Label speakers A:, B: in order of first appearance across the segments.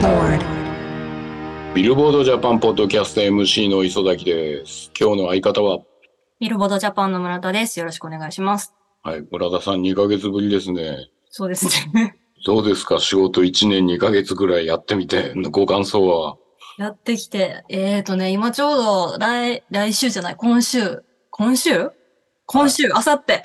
A: aboard.
B: ビルボードジャパンポッドキャスト MC の磯崎です。今日の相方は、
C: ビルボードジャパンの村田です。よろしくお願いします。
B: はい、村田さん2ヶ月ぶりですね。
C: そうですね。
B: どうですか仕事1年2ヶ月ぐらいやってみて、ご感想は。
C: やってきて、えーとね、今ちょうど来、来週じゃない、今週、今週今週、あさって。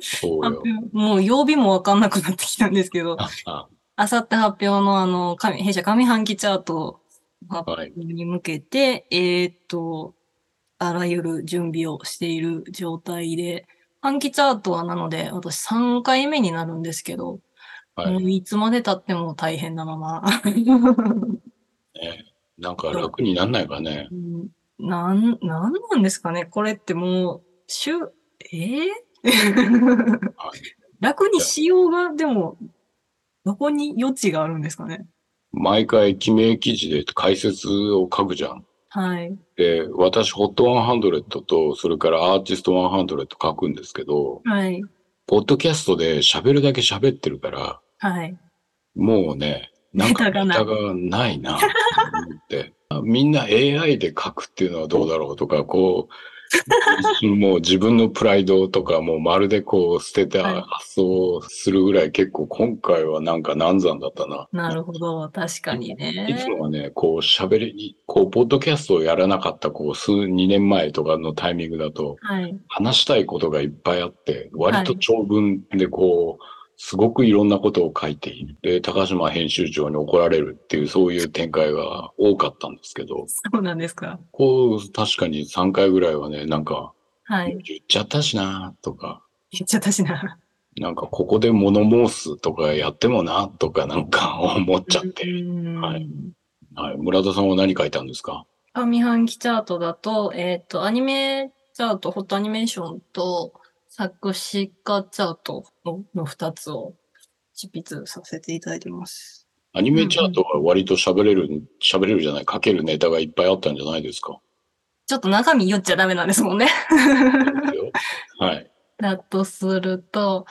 B: そうよ。
C: もう曜日もわかんなくなってきたんですけど、
B: あ
C: あさって発表のあの、上弊社上半期チャート発
B: はい。
C: 表に向けて、えーと、あらゆる準備をしている状態で、半期チャートはなので、私3回目になるんですけど、
B: は
C: も
B: い。
C: ういつまで経っても大変なまま。
B: なんか楽になんないかね。
C: うんなん、なんなんですかねこれってもう、週、えー
B: はい
C: 楽にしようが、でも、どこに余地があるんですかね
B: 毎回記名記事で解説を書くじゃん。
C: はい。
B: で、私、ホット100と、それからアーティスト100書くんですけど、
C: はい。
B: ポッドキャストで喋るだけ喋ってるから、
C: はい。
B: もうね、なんか
C: ネタが
B: ネ
C: ない
B: タがないなって思って、みんな AI で書くっていうのはどうだろうとか、こう、 もう自分のプライドとか、もうまるでこう捨て
C: は
B: た
C: い
B: 発想をするぐらい結構今回はなんか難産だったな。
C: なるほど。確かに
B: いつ
C: ね。
B: もはね、こう喋り、こう、ポッドキャストをやらなかった、こう、数、2年前とかのタイミングだと、
C: はい。
B: 話したいことがいっぱいあって、割と長文でこう、すごくいろんなことを書いている。で、高島編集長に怒られるっていう、そういう展開が多かったんですけど、
C: そうなんですか。
B: こう、確かに3回ぐらいはね、なんか、
C: はい。
B: 言っちゃったしなとか、
C: 言っちゃったしな。
B: なんかここで物申すとかやってもなとかなんか 思っちゃって。
C: うん
B: はいはい。村田さんは何書いたんですか
C: 上半期チャートだと、えっ、と、アニメチャート、ホットアニメーションと作詞家チャートのの2つを執筆させていただいてます。
B: アニメチャートは割と喋れる、喋れるじゃない、書けるネタがいっぱいあったんじゃないですか。
C: ちょっと中身言っちゃダメなんですもんね。
B: はい。
C: だとすると、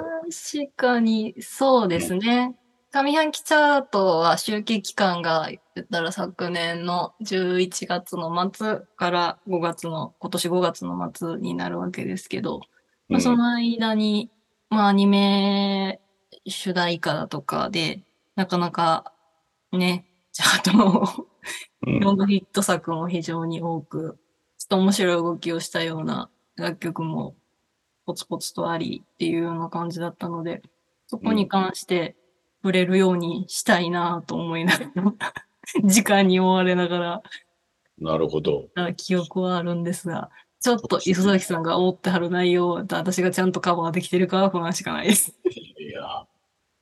C: 確かにそうですね。上半期チャートは集計期間が言ったら昨年の11月の末から5月の、今年5月の末になるわけですけど、 まあ、その間に、まあ、アニメ主題歌だとかで、なかなかね、チャート
B: うん
C: のロングヒット作も非常に多く、ちょっと面白い動きをしたような楽曲もポツポツとありっていうような感じだったので、そこに関して触れるようにしたいなと思いながら、時間に追われながら
B: なるほど。
C: あ記憶はあるんですが、ちょっと磯崎さんが覆ってはる内容と私がちゃんとカバーできてるかは不安しかないです。
B: いや、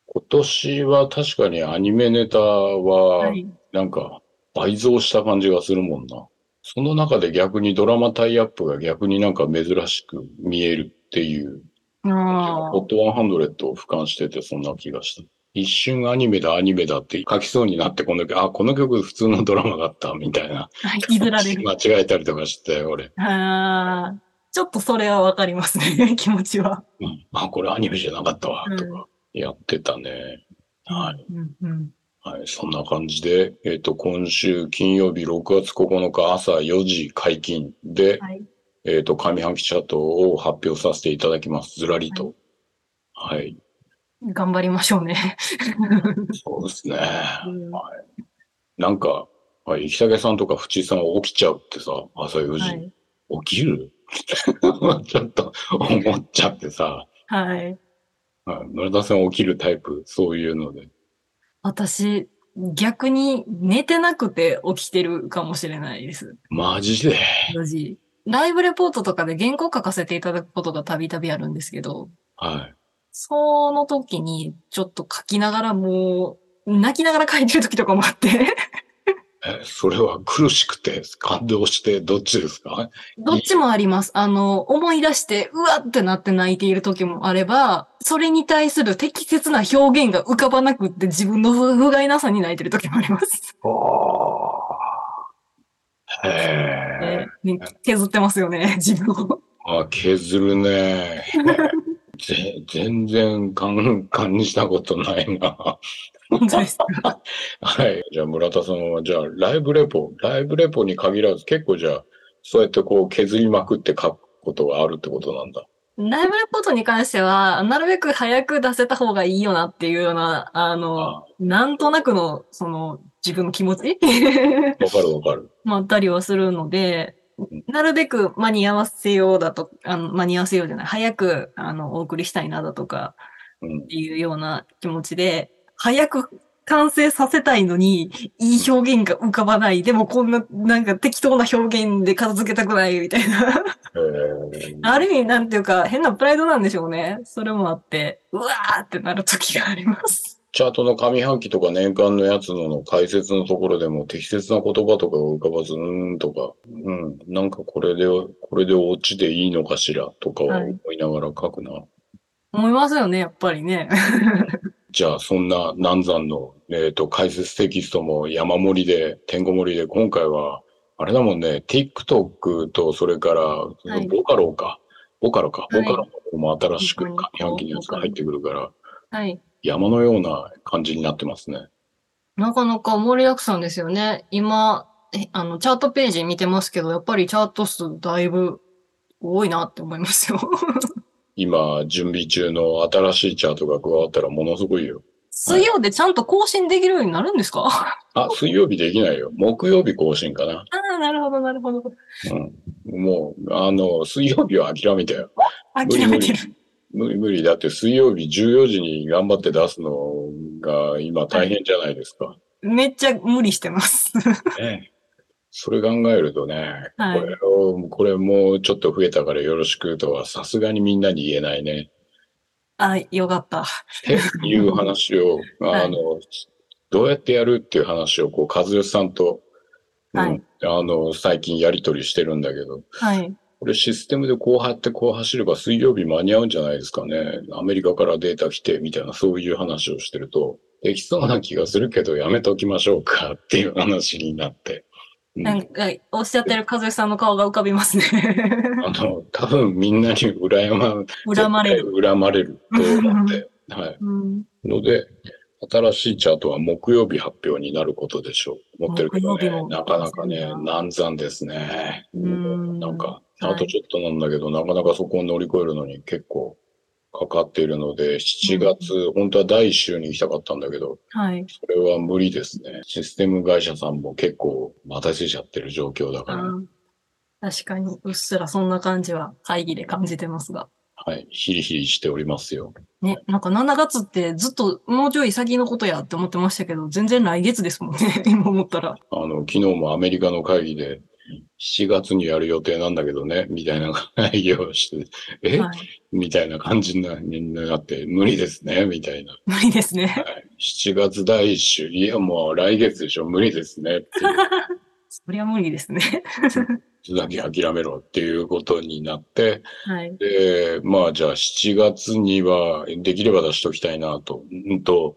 B: 今年は確かにアニメネタは
C: は、い。
B: なんか倍増した感じがするもんな。その中で逆にドラマタイアップが逆になんか珍しく見えるっていう、
C: あ
B: ホット100を俯瞰しててそんな気がした。一瞬アニメだアニメだって書きそうになってこの曲、あ、この曲普通のドラマだったみたいな。
C: あ、引きずられる。
B: 間違えたりとかしてたよ、俺。
C: ああ、ちょっとそれはわかりますね、 気持ちは。
B: うんあ、これアニメじゃなかったわ、とかやってたね。はい。
C: うんうん。
B: はい、そんな感じで、えっ、と、今週金曜日6月9日朝4時解禁で、
C: はい。
B: えっ、と、上半期チャートを発表させていただきます。ずらりと。はい、
C: 頑張りましょうね。
B: そうですね。
C: うん
B: なんか、はい、生竹さんとか淵井さんは起きちゃうってさ、朝4時、
C: はい。
B: 起きる ちょっと思っちゃってさ、
C: はい。
B: はい、村田さん起きるタイプ、そういうので。
C: 私、逆に寝てなくて起きてるかもしれないです。
B: マジで。
C: マジライブレポートとかで原稿書かせていただくことがたびたびあるんですけど、
B: はい。
C: その時に、ちょっと書きながらもう、泣きながら書いてる時とかもあ って、
B: え、それは苦しくて、感動して、どっちですか
C: どっちもあります。あの、思い出して、うわってなって泣いている時もあれば、それに対する適切な表現が浮かばなくって自分の不不甲斐なさに泣いてる時もあります。
B: へえ。
C: ね削ってますよね、 自分を。
B: あ、削るね。ぜ全然感、感じたことないな。
C: 本当 ですか。
B: はい。じゃあ村田さんは、じゃあライブレポ、ライブレポに限らず結構じゃあ、そうやってこう削りまくって書くことがあるってことなんだ。
C: ライブレポートに関しては、なるべく早く出せた方がいいよなっていうような、あの、
B: あ
C: なんとなくの、その、自分の気持ち
B: わかるわかる。
C: まあ、ったりはするので、なるべく間に合わせようだと、あの間に合わせようじゃない、早く、あの、お送りしたいなだとか、
B: うん
C: っ。ていうような気持ちで、早く完成させたいのに、いい表現が浮かばない。でもこんな、なんか適当な表現で片付けたくないみたいな。
B: えー
C: ある意味、なんていうか、変なプライドなんでしょうね。それもあって、うわーってなる時があります。
B: チャートの上半期とか年間のやつの解説のところでも適切な言葉とかが浮かばず、うーんとか、うん、なんかこれで、これで落ちでいいのかしらとかは思いながら書くな。
C: 思いますよね、やっぱりね。
B: じゃあ、そんな南山の、えっ、と、解説テキストも山盛りで、てんこ盛りで、今回は、あれだもんね、TikTok と、それから、
C: い
B: ボカロか、ボカロか、
C: はい
B: ボカロも新しく
C: ボ
B: 上
C: カロ
B: 半期のやつが入ってくるから、
C: はい。
B: 山のような感じになってますね。
C: なかなか盛りだくさんですよね。今、えあの、チャートページ見てますけど、やっぱりチャート数だいぶ多いなって思いますよ。
B: 今、準備中の新しいチャートが加わったらものすごいよ。
C: 水曜でちゃんと更新できるようになるんですか
B: あ、水曜日できないよ。木曜日更新かな。
C: ああ、なるほど、なるほど。
B: うん。もう、あの、水曜日は諦めたよ。
C: 諦めてる。
B: 無理無理。だって水曜日14時に頑張って出すのが今大変じゃないですか。
C: めっちゃ無理してます。
B: ね、それ考えるとね、
C: はい
B: これを、これもうちょっと増えたからよろしくとはさすがにみんなに言えないね。
C: あ、よかった。
B: っていう話を、
C: はい
B: あの、どうやってやるっていう話を、こう、和義さんと、うん
C: はい
B: あの、最近やりとりしてるんだけど、
C: はい。
B: これシステムでこう張ってこう走れば水曜日間に合うんじゃないですかね。アメリカからデータ来てみたいなそういう話をしてると、できそうな気がするけどやめときましょうかっていう話になって。うん
C: なんか、おっしゃってる和義さんの顔が浮かびますね。
B: あの、多分みんなに羨ま、
C: 恨まれる。
B: 絶対恨まれると 思って。はい。
C: うん、
B: ので、新しいチャートは木曜日発表になることでしょう。持ってるけど
C: 木
B: ね
C: 曜日も、
B: なかなかね
C: そうです、ね
B: 難産ですね。
C: うん
B: なんか、
C: はい
B: あとちょっとなんだけど、なかなかそこを乗り越えるのに結構かかっているので、7月、本当は第1週に行きたかったんだけど、
C: はい。
B: それは無理ですね。システム会社さんも結構待たせちゃってる状況だ
C: あ
B: から、
C: ー確かに、うっすらそんな感じは会議で感じてますが。
B: はい、ヒリヒリしておりますよ。
C: ね、なんか7月ってずっともうちょい先のことやって思ってましたけど、全然来月ですもん ね。今思ったら。
B: あの、昨日もアメリカの会議で、7月にやる予定なんだけどね、みたいな会議をして、え、
C: はい、
B: みたいな感じになになって、無理ですね、みたいな。
C: 無理ですね。
B: 7月第1週、いや、もう来月でしょ、無理ですね、っていう。
C: そりゃ無理ですね。
B: だけ諦めろっていうことになって、
C: はい。
B: で、まあじゃあ7月にはできれば出しときたいなと。うんと、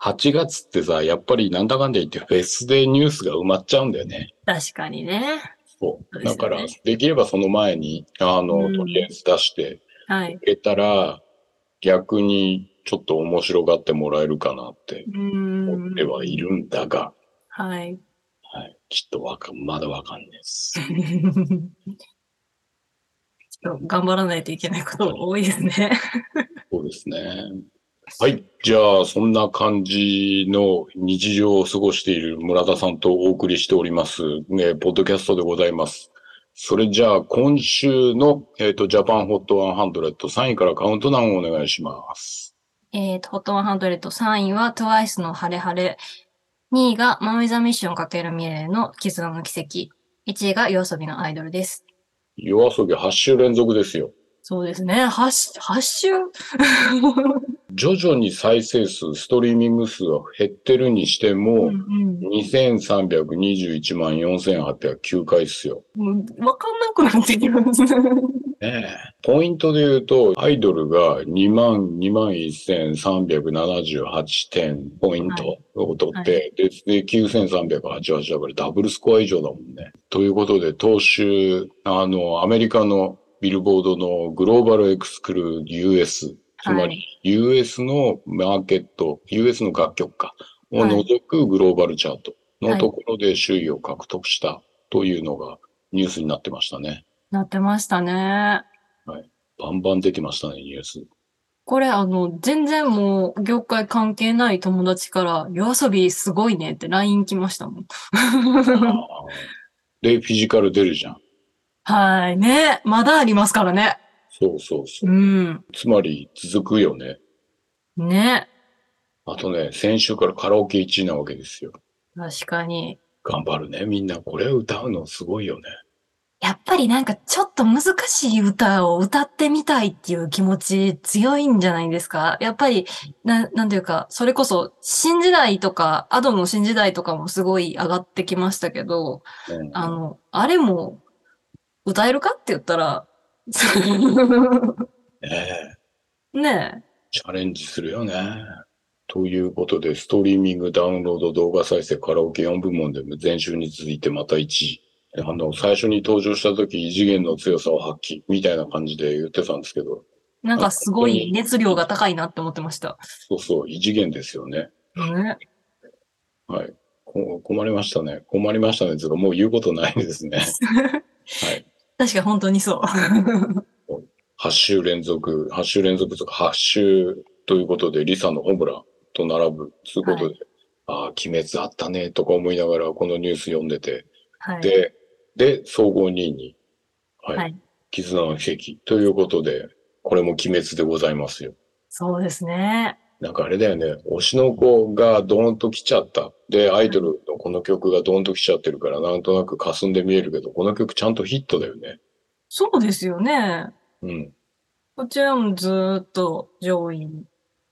B: 8月ってさ、やっぱりなんだかんだ言ってフェスでニュースが埋まっちゃうんだよね。
C: 確かにね。
B: そう。
C: そうです
B: だ
C: よね
B: から、できればその前に、あ
C: う
B: の、
C: ん
B: とりあえず出して
C: はい。
B: いけたら、逆にちょっと面白がってもらえるかなって
C: うー
B: 思
C: ん
B: ってはいるんだが、
C: はい。
B: はい。ちょっとわかん、まだわかんないです。
C: ちょっと頑張らないといけないこと多いですね。
B: そうですね。はい。じゃあ、そんな感じの日常を過ごしている村田さんとお送りしております、ね、ポッドキャストでございます。それじゃあ、今週の、えっ、と、ジャパンホット100、3位からカウントダウンをお願いします。
C: えーと、ホット100、3位は TWICE の晴れ晴れ。2位がマンウィザミッション×ミレーの絆の奇跡。1位が夜遊びのアイドルです。
B: 夜遊び8週連続ですよ。
C: そうですね。8、8週
B: 徐々に再生数、ストリーミング数は減ってるにして
C: う
B: も、
C: ん
B: 2321万4809回っすよ。
C: うん。もうわかんなくなってきます。
B: ねえ。ポイントで言うと、アイドルが2万、2万1378点ポイントを取って、で、で9388だからダブルスコア以上だもんね。ということで、当週、あの、アメリカのビルボードのグローバルエクスクルー US つま
C: は
B: り
C: い、
B: US のマーケット、US の楽曲家を
C: はい
B: 除くグローバルチャートのところで首位を獲得したというのがニュースになってましたね。
C: なってましたね。
B: バンバン出てましたね、ニュ ース。
C: これ、あの、全然もう、業界関係ない友達から、夜遊びすごいねって LINE 来ましたもん。
B: で、フィジカル出るじゃん。
C: はい、ね。まだありますからね。
B: そうそうそうう。
C: ん。
B: つまり続くよね。
C: ね。
B: あとね、先週からカラオケ1位なわけですよ。
C: 確かに。
B: 頑張るね、みんな。これ歌うのすごいよね。
C: やっぱりなんかちょっと難しい歌を歌ってみたいっていう気持ち強いんじゃないですかやっぱり、な、なんていうか、それこそ新時代とか、アドの新時代とかもすごい上がってきましたけど、
B: うん
C: あの、あれも歌えるかって言ったら、
B: ねえ
C: ね
B: チャレンジするよね。ということで、ストリーミング、ダウンロード、動画再生、カラオケ4部門でも前週に続いてまた1位。あの、最初に登場した時、異次元の強さを発揮、みたいな感じで言ってたんですけど、
C: え。なんかすごい熱量が高いなって思ってました。
B: そうそう、異次元ですよね。
C: ね。
B: はい。こ困りましたね。困りましたね。つうか、もう言うことないですね。 はい。
C: 確か本当にそう。
B: 8週連続、8週連続とか、8週ということで、リサのホムラと並ぶ、ということで、
C: は
B: ああ、鬼滅あったね、とか思いながら、このニュース読んでて、
C: はい。
B: で、で、総合2位に、はい、
C: はい
B: 絆の奇跡ということで、これも鬼滅でございますよ。
C: そうですね。
B: なんかあれだよね、推しの子がドーンと来ちゃった。で、アイドルのこの曲がドーンと来ちゃってるから、なんとなく霞んで見えるけど、この曲ちゃんとヒットだよね。
C: そうですよね。
B: うん。
C: こちらもずーっと上位に。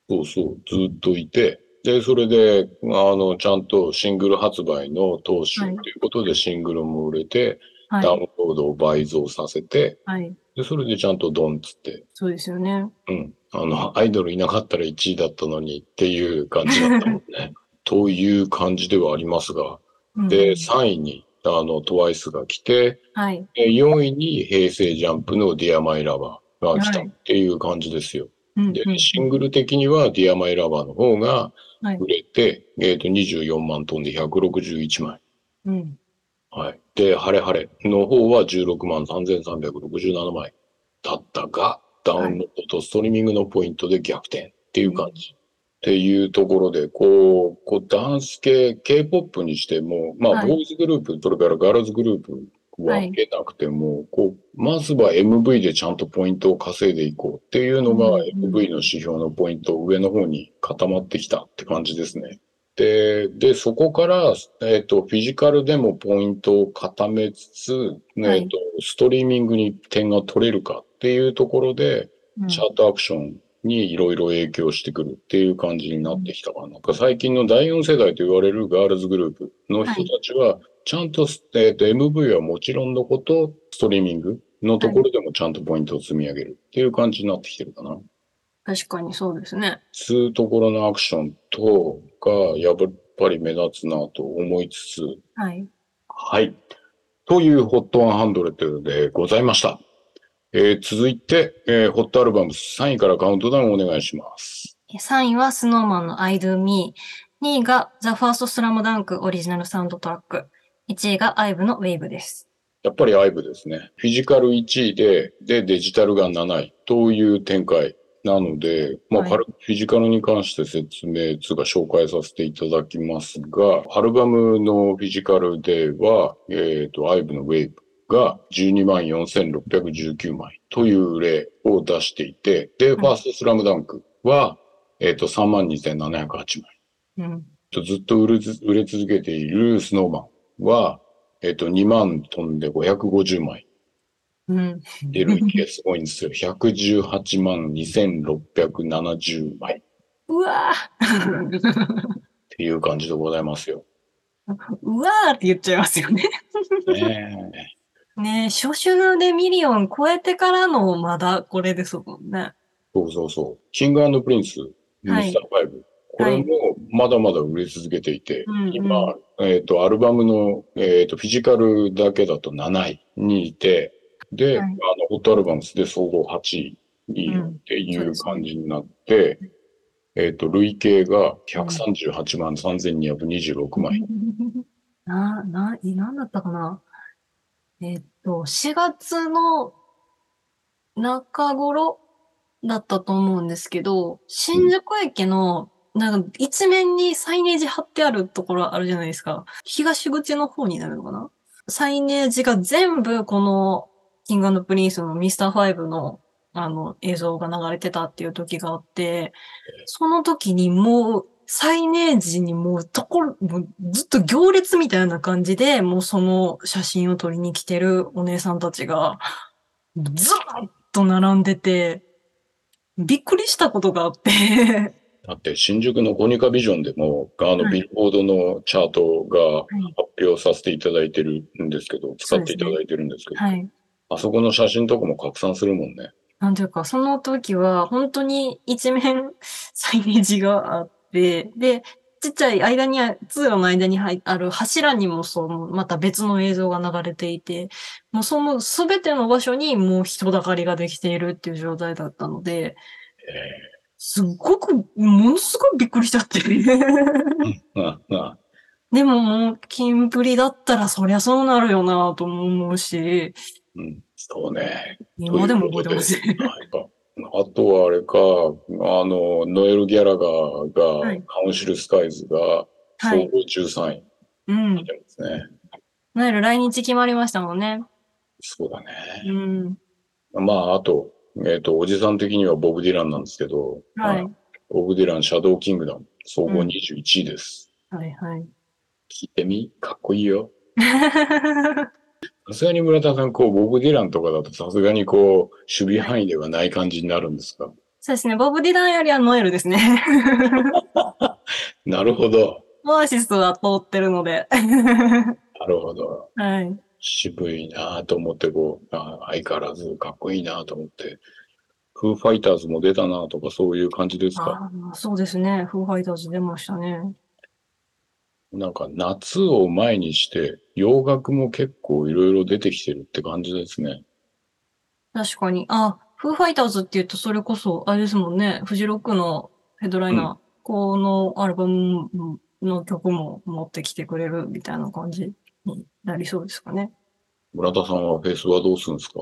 B: そうそう、ずっといて、で、それで、あの、ちゃんとシングル発売の当初と
C: はいいう
B: ことで、シングルも売れて、
C: は
B: ダウン
C: い。
B: ロードを倍増させて、
C: はい。
B: で、それでちゃんとドンっつって、
C: そうですよね。
B: うん。あの、アイドルいなかったら1位だったのにっていう感じだったもん ね。という感じではありますが。
C: うん
B: で、3位に、あの、TWICE が来て、
C: はい。
B: で4位に平成ジャンプの Dear My Lover が来た
C: は
B: っ
C: い
B: ていう感じですよ。
C: うん
B: で
C: う、ん
B: シングル的には Dear My Lover の方が
C: はい
B: 売れて、えっと、24万トンで161枚。
C: うん
B: はい。で、晴れ晴れの方は16万3367枚だったが、ダウンロードとストリーミングのポイントで逆転っていう感じ。っていうところで、こう、こうダンス系、K-POP にしても、まあ、
C: はい
B: ボーイズグループ、それからガールズグループ
C: は
B: はいけなくても、こう、まずは MV でちゃんとポイントを稼いでいこうっていうのが、
C: うん
B: MV の指標のポイント、上の方に固まってきたって感じですね。で、で、そこから、えっ、と、フィジカルでもポイントを固めつつ、ね
C: はい
B: えっと、ストリーミングに点が取れるかっていうところで、
C: うん
B: チャートアクションにいろいろ影響してくるっていう感じになってきたかな。なんか最近の第4世代と言われるガールズグループの人たちは、ちゃんと,、えっと MV はもちろんのこと、ストリーミングのところでもちゃんとポイントを積み上げるっていう感じになってきてるかな。
C: 確かにそうですね。
B: つうところのアクション等がやっぱり目立つなと思いつつ、
C: はい。
B: はい。というホット100でございました。えー続いて、えーホットアルバム3位からカウントダウンお願いします。
C: 3位は Snowman の I Do Me。2位が The First Slam Dunk オリジナルサウンドトラック。1位が IVE の Wave です。
B: やっぱり IVE ですね。フィジカル1位で、で、デジタルが7位という展開なので、まあ、
C: はい
B: 軽くフィジカルに関して説明、つうか紹介させていただきますが、アルバムのフィジカルでは、えっ、と、IVE の Wave が124,619枚という例を出していて、で、ファーストスラムダンクは、えっ、と、32,708枚。
C: うん。
B: ずっと売れず売れ続けているスノーマンは、えっと、2万トンで550枚。
C: うん。
B: で、累計すごいんですよ。118万2670枚っ
C: うわー
B: ていう感じでございますよ。
C: うわーって言っちゃいますよね。
B: ねえ
C: ねえ、初週でミリオン超えてからのまだこれですもんね。
B: そうそうそう。キングプリンス、ミ
C: はい
B: スターファイブ。これもまだまだ売れ続けていて、
C: うんうん
B: 今、えっ、と、アルバムの、えっ、と、フィジカルだけだと7位にいて、で、
C: はい
B: あの、ホットアルバムスで総合8位いいってい
C: うんそうで
B: う
C: すね
B: 感じになって、えっ、と、累計が138万3226枚。
C: な、な、えなんだったかなえっと、4月の中頃だったと思うんですけど、新宿駅の、なんか一面にサイネージ貼ってあるところあるじゃないですか。東口の方になるのかなサイネージが全部この、キングプリンスのミスター5の、あの、映像が流れてたっていう時があって、その時にもう、サイネージにもうところ、もうずっと行列みたいな感じで、もうその写真を撮りに来てるお姉さんたちが、ずーっと並んでて、びっくりしたことがあって、
B: だって、新宿のコニカビジョンでも、あ
C: は
B: の、
C: い
B: ビルボードのチャートが
C: い
B: 発表させていただいてるんですけど、使っていただいてるんですけど、
C: はい。
B: あそこの写真とかも拡散するもんね。
C: なんていうか、その時は本当に一面 サイネージがあって、で、ちっちゃい間に、通路の間に入ある柱にもそう、また別の映像が流れていて、もうそのすべての場所にもう人だかりができているっていう状態だったので、すっごく、ものすごいびっくりしちゃって。
B: えああ
C: でももう、金プリだったらそりゃそうなるよなぁとも思うし、
B: うん、そうね。
C: 今でも覚えてます。
B: ということではいあとはあれか、あの、ノエル・ギャラガーが、
C: はい
B: カウンシル・スカイズが、
C: は
B: 総
C: い。
B: 合13位
C: うん。
B: ですね。
C: なる来日決まりましたもんね。
B: そうだね。
C: うん。
B: まあ、あと、えっ、と、おじさん的にはボブ・ディランなんですけど、
C: はい。
B: まあボブ・ディラン、シャドウ・キングダム、総合21位です。
C: はいはい。
B: 聞いてみかっこいいよ。さすがに村田さん、こう、ボブ・ディランとかだとさすがにこう、守備範囲ではない感じになるんですか
C: そうですね。ボブ・ディランよりはノエルですね。
B: なるほど。
C: オアシスは通ってるので。
B: なるほど。
C: はい。
B: 渋いなぁと思って、こう、あー相変わらずかっこいいなぁと思って、フーファイターズも出たなぁとか、そういう感じですか。
C: ああ、そうですね。フーファイターズ出ましたね。
B: なんか夏を前にして、洋楽も結構いろいろ出てきてるって感じですね。
C: 確かに。あ、フーファイターズって言うとそれこそ、あれですもんね。フジロックのヘッドライナー、このアルバムの曲も持ってきてくれるみたいな感じになりそうですかね。
B: 村田さんはフェスはどうするんですか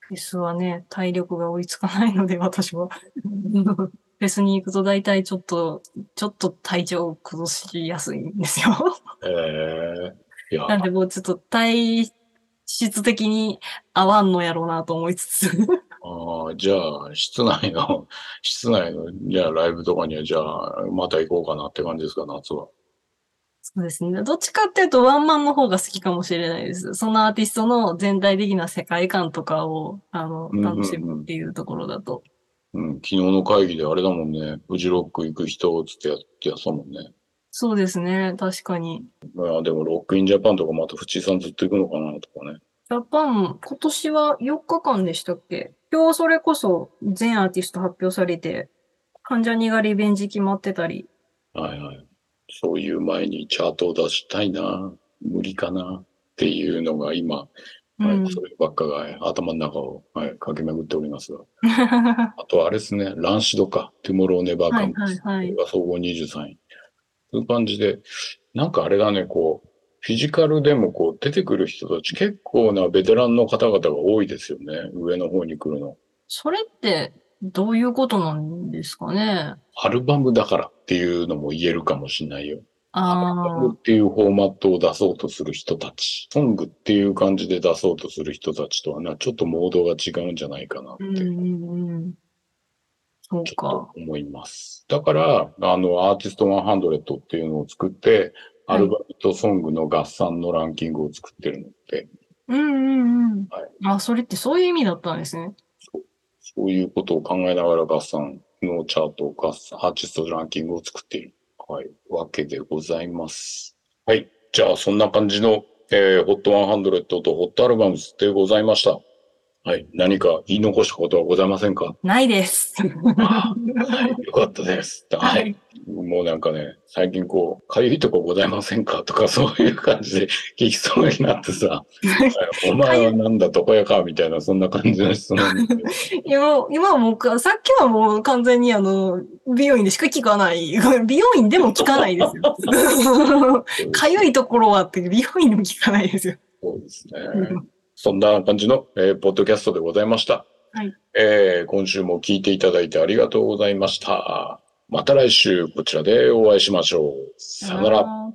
C: フェスはね、体力が追いつかないので、私 は。フェスに行くと大体ちょっと、ちょっと体調を崩しやすいんですよ。
B: ええいや、
C: なんでもうちょっと体質的に合わんのやろうなと思いつ つ。
B: ああ、じゃあ、室内の、 室内の、じゃあライブとかには、じゃあ、また行こうかなって感じですか、夏は。
C: そうですね。どっちかっていうとワンマンの方が好きかもしれないです。そのアーティストの全体的な世界観とかを、あの、
B: うんうんうん
C: 楽しむっていうところだと。
B: うん、昨日の会議であれだもんね、フジロック行く人、つってやってやってたもんね。
C: そうですね。確かに。
B: まあでも、ロックインジャパンとかまた淵井さんずっと行くのかなとかね。
C: ジャパン、今年は4日間でしたっけ今日それこそ全アーティスト発表されて、関ジャニがリベンジ決まってたり。
B: はいはい。そういう前にチャートを出したいな、無理かなっていうのが今、
C: うん
B: はい、そればっかがはい頭の中を、はい、駆け巡っておりますが。あとあれですね、ランシドか、トゥモローネバーカム
C: はいはいはい
B: これが総合23位。そういう感じで、なんかあれだね、こう、フィジカルでもこう出てくる人たち結構なベテランの方々が多いですよね、上の方に来るの。
C: それってどういうことなんですかね
B: アルバムだからっていうのも言えるかもしれないよ。アルバ
C: あ
B: ムっていうフォーマットを出そうとする人たち、ソングっていう感じで出そうとする人たちとはな、ちょっとモードが違うんじゃないかなっ
C: ー。
B: て、
C: うんうんうん。そう
B: ちょっ
C: か。
B: と思います。だから、あの、アーティスト100っていうのを作って、アルバムとソングの合算のランキングを作ってるので、
C: うんうんうん。
B: はい
C: あ、それってそういう意味だったんですね。
B: そういうことを考えながら合算のチャート、合算、アーティストランキングを作っている、はい、わけでございます。はい。じゃあ、そんな感じの、えー、HOT100 と HOT アルバムズでございました。はい。何か言い残したことはございませんか
C: ないです。
B: あーはい。よかったです。はい。。もうなんかね、最近こう、かゆいとこございませんか とかそういう感じで聞きそうになってさ、お前はなんだ、床屋かみたいな、そんな感じの質問。
C: 今、今はもうか、さっきはもう完全にあの、美容院でしか聞かない。 美容院でも聞かないです よ。 かゆいところはって、美容院でも聞かないですよ。
B: そうですね。そんな感じの、えーポッドキャストでございました。
C: はい
B: えー今週も聞いていただいてありがとうございました。また来週こちらでお会いしましょう。さよなら。
C: ら。